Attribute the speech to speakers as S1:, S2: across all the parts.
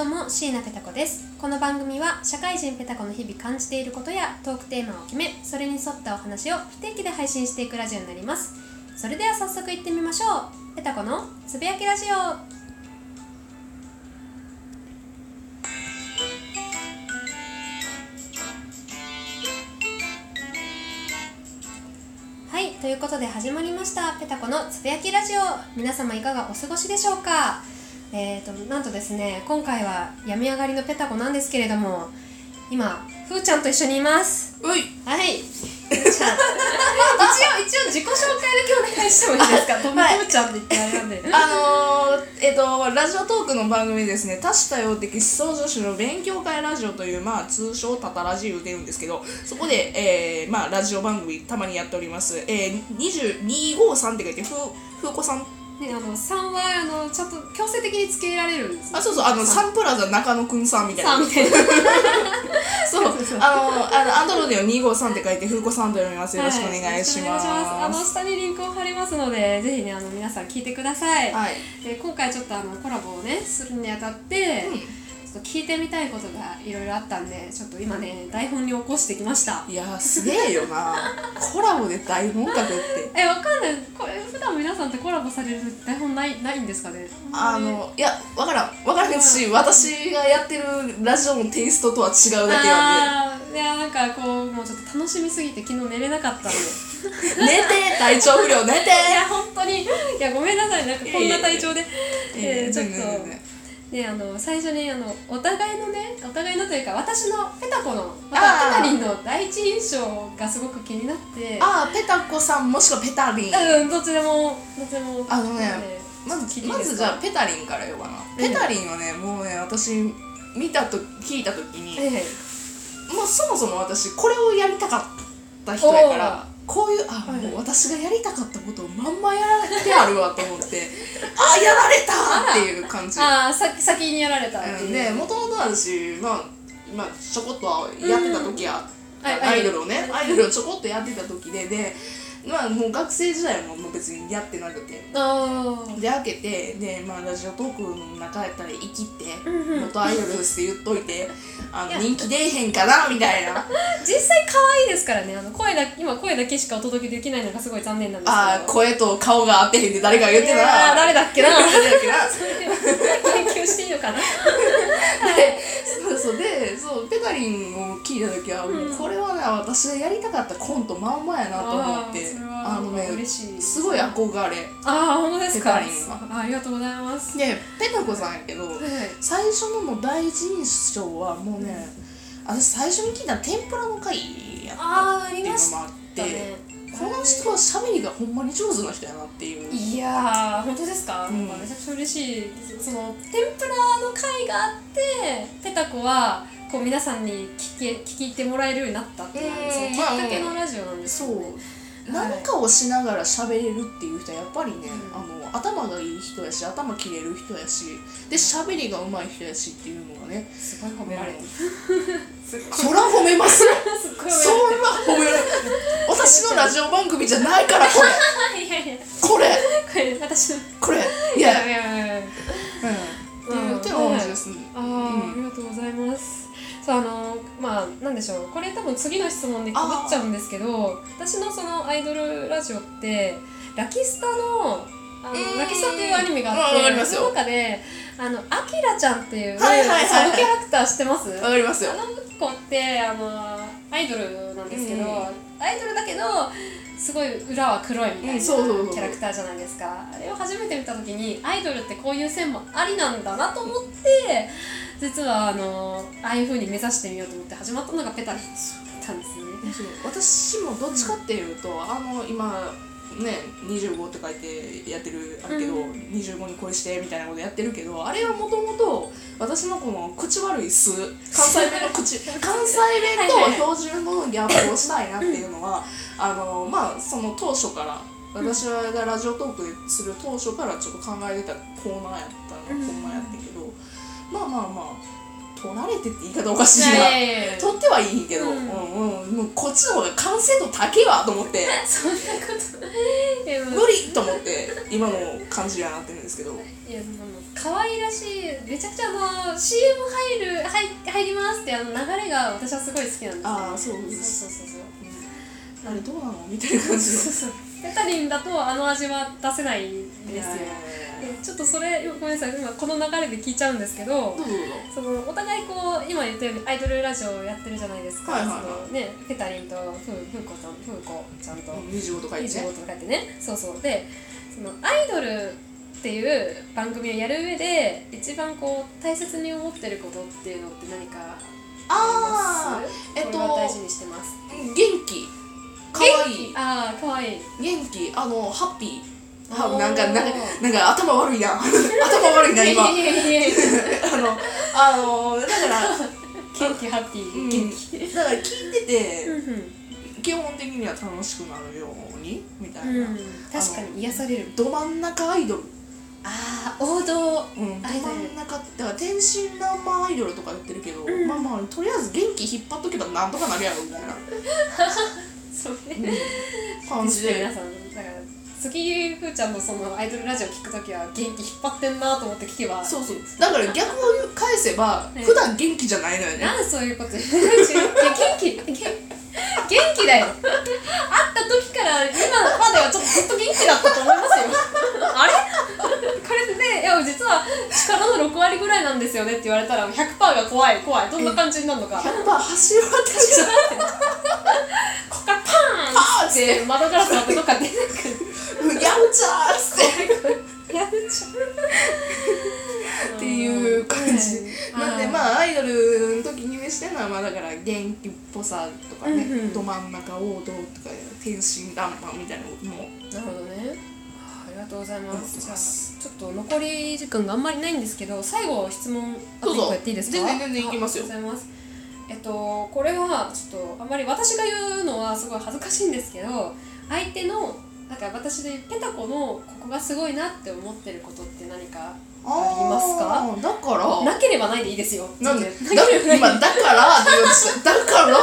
S1: うも椎名ペタ子ですこの番組は社会人ペタ子の日々感じていることやトークテーマを決めそれに沿ったお話を不定期で配信していくラジオになりますそれでは早速行ってみましょうペタ子のつぶやきラジオはい、ということで始まりました「ペタコのつぶやきラジオ」皆様いかがお過ごしでしょうかえー、となんとですね今回は病み上がりのペタコなんですけれども今ふーちゃんと一緒にいます
S2: うい
S1: はいふーちゃん一応一応自己紹介だけお願いしてもいいですかとも
S2: はい
S1: ふーちゃんって言ってあれなんで
S2: あのー、えっとラジオトークの番組ですね多種多様的思想女子の勉強会ラジオというまあ通称タタラジ言うてるんですけどそこで、えー、まあラジオ番組たまにやっております、えー、20253って書いてふふうこさん
S1: ね、あの3はあのちゃんと強制的につけられるんです
S2: あそうそうあのサンプラザ中野くんさんみたいな
S1: 3みたいな
S2: そうあのあのアンドロデオ253って書いてふうこさんと読みますよろしくお願いします,、
S1: はいよろしくお願いし
S2: は
S1: ますあの下にリンクを貼りますのでぜひねあの皆さん聞いてください、
S2: い、
S1: で今回ちょっとあのコラボをねするにあたって、
S2: うん
S1: ちょっと聞いてみたいことがいろいろあったんでちょっと今ね台本に起こしてきました
S2: いやーすげえよなコラボで大本格って
S1: えわかんないこれ普段皆さんってコラボされる台本ないないんですかね
S2: あのいやわからんわからんし私がやってるラジオのテイストとは違うだけなん
S1: あーいやなんかこうもうちょっと楽しみすぎて昨日寝れなかったんでい
S2: で寝て体調 不良寝て
S1: や本当にいやごめんなさいなんかこんな体調でえーちょっとね、あの最初にあのお互いのねお互いのというか私のペタコのま
S2: あ
S1: た
S2: ー
S1: ペタリンの第一印象がすごく気になって
S2: ああペタコさんもしくはペタリン
S1: うんどっちでもどっちでも
S2: あのねま
S1: ちょっと聞いて
S2: ず
S1: いい
S2: ま
S1: です
S2: ず
S1: か
S2: じゃあペタリンから言おうかな、ペタリンはねもうね私見たと聞いたときに、
S1: ええ
S2: もうそもそも私これをやりたかった人やか
S1: おー
S2: らこういうあ、
S1: はい
S2: もう私がやりたかったことをまんまやられてあるわと思って あやられたっていう感じ
S1: ああさ先にやられたって
S2: う
S1: い
S2: ん
S1: う
S2: でもともと私、まあ、まあちょこっとはやってた時は、
S1: うんはい
S2: アイドルをねアイドルをちょこっとやってた時ででまあもう学生時代ももう別にやってなくて
S1: あ
S2: で開けてで、まあ、ラジオトークの中やったら生きって
S1: うんうん
S2: 元アイドルですって言っといてあ
S1: いや
S2: の人気出えへんかなみたいな
S1: あ実際可愛いですからねあの声だ今声だけしかお届けできないのがすごい残念なんですけど
S2: あー声と顔が合ってへんって誰かが言ってた
S1: いやー
S2: ら
S1: 誰だっけな
S2: 誰だっけな
S1: 研究していいのかな
S2: そうそうでそうペタリンを聞いた時は、もうこれはね私がやりたかったコントまんまやなと思って
S1: あーそれは
S2: あのね
S1: 嬉しい
S2: すごい憧れ
S1: ああ本当ですか
S2: ペタリンは
S1: あありがとうございます
S2: でペタコさんやけど
S1: はい
S2: 最初のもう第一印象はもうね、私最初に聞いたの天ぷらの回やったっていうのもあってこの人はしゃべりがほんまに上手な人やなっていう
S1: いやー本当ですか、
S2: うん
S1: なんかめちゃくちゃ嬉しいですその天ぷらの会があってペタコはこう皆さんに聞け聞き入ってもらえるようになったっていう、
S2: うん
S1: そのきっかけのラジオなんです
S2: そ
S1: よね、
S2: う何かをしながら喋れるっていう人はやっぱりね、あの頭がいい人やし頭切れる人やしで喋りが上手い人やしっていうのがね
S1: すごい褒められてる、 すっごい
S2: そら褒めます
S1: すっごい
S2: そんな褒められる私のラジオ番組じゃないからこれ
S1: 褒められてるいやいや
S2: これ
S1: これ私の
S2: これいや
S1: いやいやいや
S2: うんっていう感じですね
S1: あーありがとうございます。そうあのまあなんでしょうこれ多分次の質問でかぶっちゃうんですけど私のそのアイドルラジオってラキスタのあの、
S2: うん
S1: ラキスタっていうアニメがあ
S2: うんわかり
S1: っ
S2: ま
S1: て
S2: す
S1: そ
S2: よ
S1: の中であのアキラちゃんっていう、
S2: はいはいはいはい
S1: サブキャラクター知ってます？
S2: わかりますよ
S1: あの子ってあのアイドルなんですけど、
S2: うん
S1: アイドルだけどすごい裏は黒いみたい
S2: うん
S1: なキ
S2: そうそうそう
S1: ャラクターじゃないですかあれを初めて見た時にアイドルってこういう線もありなんだなと思って実はあのああいう風に目指してみようと思って始まったのがペタリンだったんですよね。
S2: そう私もどっちかっていうと、あの今ね25って書いてやってるあるけど、
S1: うん
S2: 25に恋してみたいなことやってるけどあれはもともと私のこの口悪い素関西弁の 口関西
S1: はいはい
S2: 弁と標準語のギャップをしたいなっていうのはあのまあその当初から私がラジオトークでする当初からちょっと考えてたコーナーやったの、
S1: うん
S2: コーナーやったけどまあまあまあ取られてって言い方おかしいな。
S1: いやいやいやそんなこ
S2: 取ってはいいけ
S1: う
S2: ど、うんんうんもうこっちの方が完成度高いわと思って
S1: といやもう
S2: 無理と思って今の感じやなってるんですけど
S1: いやその完可愛らしいめちゃくちゃあの CM 入る入入りますってあの流れが私はすごい好きなんです
S2: ああそうです
S1: そうそうそうそう
S2: あれどうなのみたいな感じの
S1: そうそうペタリンだとあの味は出せない
S2: い
S1: で
S2: や
S1: す
S2: い
S1: よ
S2: やいや
S1: でちょっとそれごめんなさい今この流れで聞いちゃうんですけど
S2: どうぞどうぞ
S1: そのお互いこう今言ったようにアイドルラジオやってるじゃないですか、
S2: はいはいはい
S1: そのねペタリンとふうふうこちゃんふうこちゃんと
S2: 25とか言
S1: 25
S2: ってね
S1: とかってねそうそうでそのアイドルっていう番組をやる上で一番こう大切に思ってることっていうのって何かあ
S2: あ
S1: りま
S2: あ
S1: す
S2: えっと
S1: これは大事にしてます
S2: 元気かわいい
S1: ああかわいい
S2: 元気あのハッピーあ
S1: おー
S2: なんかなんかなんか頭悪いな 頭悪いな今あ
S1: いやいやいやいや
S2: のあのだから
S1: 元気ハッピ
S2: う
S1: ー
S2: ん
S1: 元気
S2: だから聞いてて
S1: うんうん
S2: 基本的には楽しくなるようにみたいな、
S1: うん確かに癒される
S2: ど真ん中アイドル、
S1: ああ王道
S2: うん、ど
S1: アイドル
S2: 真ん中ってだから天真爛漫アイドルとか言ってるけど、
S1: うん
S2: まあまあとりあえず元気引っ張っとけばなんとかなるやろみたいな
S1: それ
S2: 感じで
S1: 皆さんだから次ふーちゃんのそのアイドルラジオ聞くときは元気引っ張ってんなと思って聞けば
S2: そうそうだから逆を返せば
S1: ね
S2: 普段元気じゃないのよね
S1: なんでそういうこと言うの違う元気元元気だよ会った時から今まではちょっとずっと元気だったと思いますよ あれこれで、ね、いや実は力の6割ぐらいなんですよねって言われたら100%が怖い怖いどんな感じになるのか
S2: 100%走り渡ってんじゃん
S1: こっからパーン
S2: パーって
S1: って窓ガラスの音が出てくる
S2: 「やるちゃー」っつって
S1: やるじゃん
S2: っていう感じ
S1: はい
S2: なんで
S1: あ
S2: まあアイドルの時に見してるのはまあだから元気っぽさとかね、
S1: うんうん
S2: ど真ん中王道とか天真爛漫みたいなことも
S1: なるほどねありがとうございま
S2: ありがとうございます
S1: じゃあちょっと残り時間があんまりないんですけど最後質問あ
S2: ど
S1: と一
S2: うぞ
S1: 個やっていいですか
S2: 全然全然いきますよ
S1: あありがとうございますえっとこれはちょっとあんまり私が言うのはすごい恥ずかしいんですけど相手のなんか私でペタコのここがすごいなって思ってることって何かありますか
S2: あーだから
S1: なければないでいいですよ
S2: なんで
S1: 全然
S2: だ
S1: なければない
S2: 今だからって言おうとしただからなかっ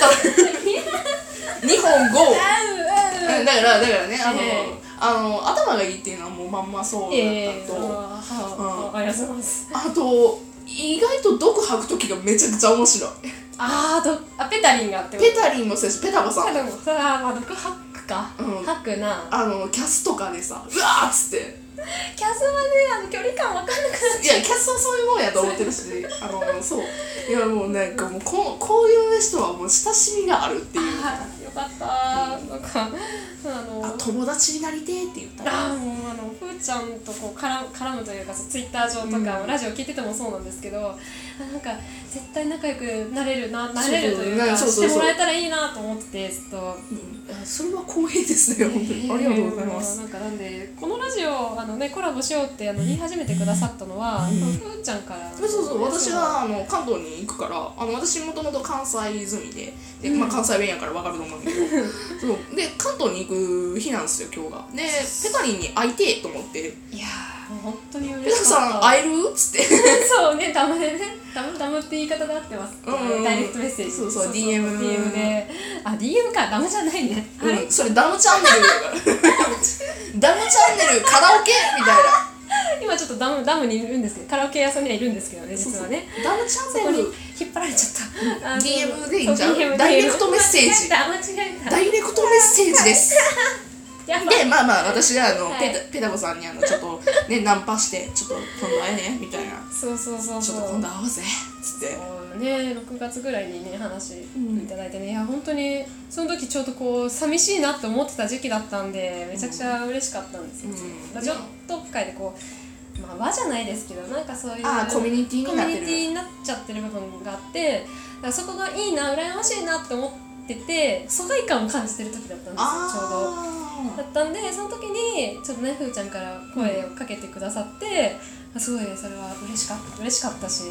S2: た2本5
S1: あう
S2: だからだからねあの、
S1: ええ
S2: あの頭がいいっていうのはもうまんまそうだっ
S1: うええ
S2: たと、
S1: あああありがとうございます
S2: あと意外と毒吐く時がめちゃくちゃ面白い
S1: あーどあペタリンがあってこと
S2: ペタリンもそうやしペタコさん
S1: でもさあまあ毒吐くか、
S2: うん
S1: 吐くな
S2: あのキャスとかでさうわーっつって
S1: キャスはねあの距離感わかんなくなっ
S2: い
S1: ちゃ
S2: やキャスはそういうもんやと思ってるしあのそういやもうなんかもうこうこういう人はもう親しみがあるって いう
S1: うよかったなんかあの
S2: あ友達になりてーって言ったら
S1: あもうあのふーちゃんとこう絡む絡むというかそうツイッター上とか、
S2: うん
S1: ラジオ聞いててもそうなんですけどあなんか絶対仲良くなれるななれるというか
S2: そうそうそうそう
S1: してもらえたらいいなと思っててずっと。
S2: うんあそれは光栄ですね本当 にありがとうございます
S1: なんかなんでこのラジオあのねコラボしようってあの言い始めてくださったのは、
S2: うん
S1: ふーちゃんから
S2: そうそう私はあの関東に行くからあの私もともと関西住みでで、まあ、関西弁やから分かると思うん だけどそうで関東に行く日なんですよ今日がでペタリンに会いてーと思って
S1: いやーもう本当に
S2: 「ペタ
S1: 嬉
S2: コ
S1: しかった
S2: さん会える?」っつって
S1: そうね、ダムでね、ダムダムって言い方で合ってます。
S2: うん
S1: ダイレクトメッセージ。
S2: そうそう DM
S1: DM で。あ、DM か、ダムじゃないね。 あれ
S2: うん、それダムチャンネルだからダムチャンネルカラオケみたいな
S1: 今ちょっとダムダムにいるんですけど、カラオケ屋さんにはいるんですけどね、実はね。
S2: ダムチ
S1: そ
S2: ャ
S1: こ
S2: ン
S1: に
S2: ネル
S1: 引っ張られちゃった。あの
S2: DM でいいんちゃう
S1: そ DM
S2: ダイレクトメッセージ
S1: 間違えた、間違えた。
S2: ダイレクトメッセージです
S1: やばい
S2: でまあまあ私があの、
S1: はい
S2: ペタペタコさんにあのちょっと ねナンパしてちょっと今度会えねみたいな
S1: そうそうそう
S2: ちょ
S1: そ
S2: っ
S1: う。
S2: と今度会おうぜつって
S1: そうね、6月ぐらいにね話いただいてね、いや本当にその時ちょうどこう寂しいなって思ってた時期だったんでめちゃくちゃ嬉しかったんですよ、
S2: うん
S1: ラジオトーク会でこう、まあ、輪じゃないですけどなんかそういう
S2: あーコミュニティになっ
S1: コミュ
S2: て
S1: ニティ
S2: る
S1: になっちゃってる部分があってだからそこがいいな羨ましいなって思ってて疎外感を感じてる時だったんですよちょうど。だ
S2: あ
S1: ったんでその時にちょっとねふーちゃんから声をかけてくださって、すごいそれは嬉しかった嬉しかったし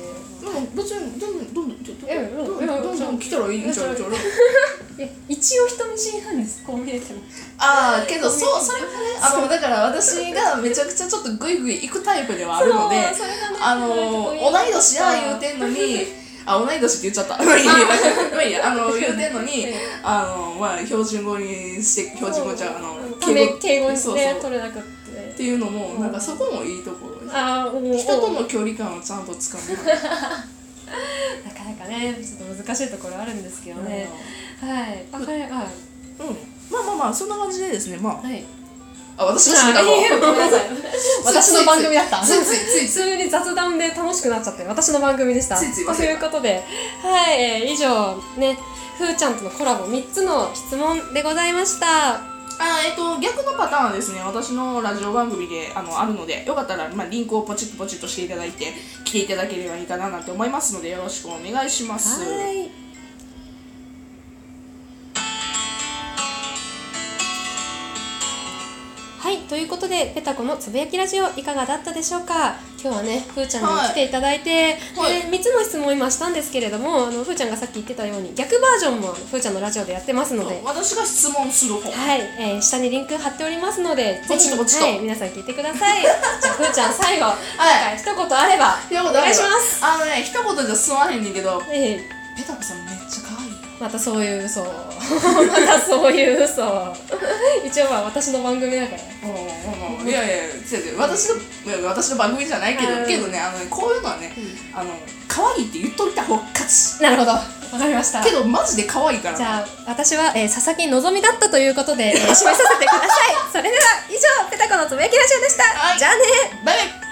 S2: ーでも別にどんどんどんどんちょっと
S1: ええ
S2: どんど
S1: え
S2: ん
S1: え
S2: どんどん来たらいいんちゃうちゃう
S1: いや一応人見知りなんですこう見えても
S2: ああけどそう
S1: そ
S2: そうれもねあのだから私がめちゃくちゃちょっとグイグイ行くタイプではあるので
S1: そうそれがね
S2: あの同い年や言うてんのにあ同い年って言っちゃった まあいいやまあいいやあの言うてんのに
S1: ええ
S2: あのまあ標準語にして標準語じゃうあの
S1: ため敬語に
S2: そうそう
S1: ね取れなくって
S2: っていうのもなんかそこもいいところです
S1: あーもう
S2: 人との距離感をちゃんとつかむ、ね
S1: なかなかねちょっと難しいところあるんですけどね、はいあはいあ
S2: うん、まあまあまあそんな感じでですねまあ
S1: はい
S2: あ私の好きな
S1: あいやご めんなさい私の番組だった
S2: ついついつい
S1: 普通に雑談で楽しくなっちゃって私の番組でした
S2: ついつい忘れ
S1: と
S2: た
S1: いうことではい、えー以上ねふーちゃんとのコラボ3つの質問でございました
S2: あえっと逆のパターンはですね私のラジオ番組であのあるのでよかったら、まあ、リンクをポチッとポチッとしていただいて来ていただければいいかななんて思いますのでよろしくお願いします
S1: はいはい、ということで、ペタコのつぶやきラジオいかがだったでしょうか今日はね、ふーちゃんにも
S2: はい
S1: 来ていただいて、
S2: はい
S1: で3つの質問を今したんですけれどもあの、ふーちゃんがさっき言ってたように逆バージョンもふーちゃんのラジオでやってますので、
S2: 私が質問する方
S1: はい、えー下にリンク貼っておりますので、ぜ
S2: ポ
S1: ひ、
S2: チッとポチッと
S1: はい、皆さん聞いてください。じゃあ、ふーちゃん最後、
S2: い
S1: なんか一言あれば、
S2: お
S1: お願いします。
S2: すあのね一言じゃ済まへんねんけど
S1: えー
S2: ペタコさんめっちゃ可愛い
S1: またそういう嘘をまたそういう嘘を一応まあ私の番組だから
S2: おおおおいやいや違う違う私のいや私の番組じゃないけ
S1: うん
S2: どけどねあのねこういうのはね、あの可愛いって言っといた方が勝ち
S1: なるほどわかりました
S2: け
S1: じ
S2: どマジで可愛いから
S1: ゃあ私は、えー、佐々木希だったということで、えー、締めさせてくださいそれでは以上ペタコのつぶやきラジオでした、
S2: はい
S1: じゃあね
S2: バイバイ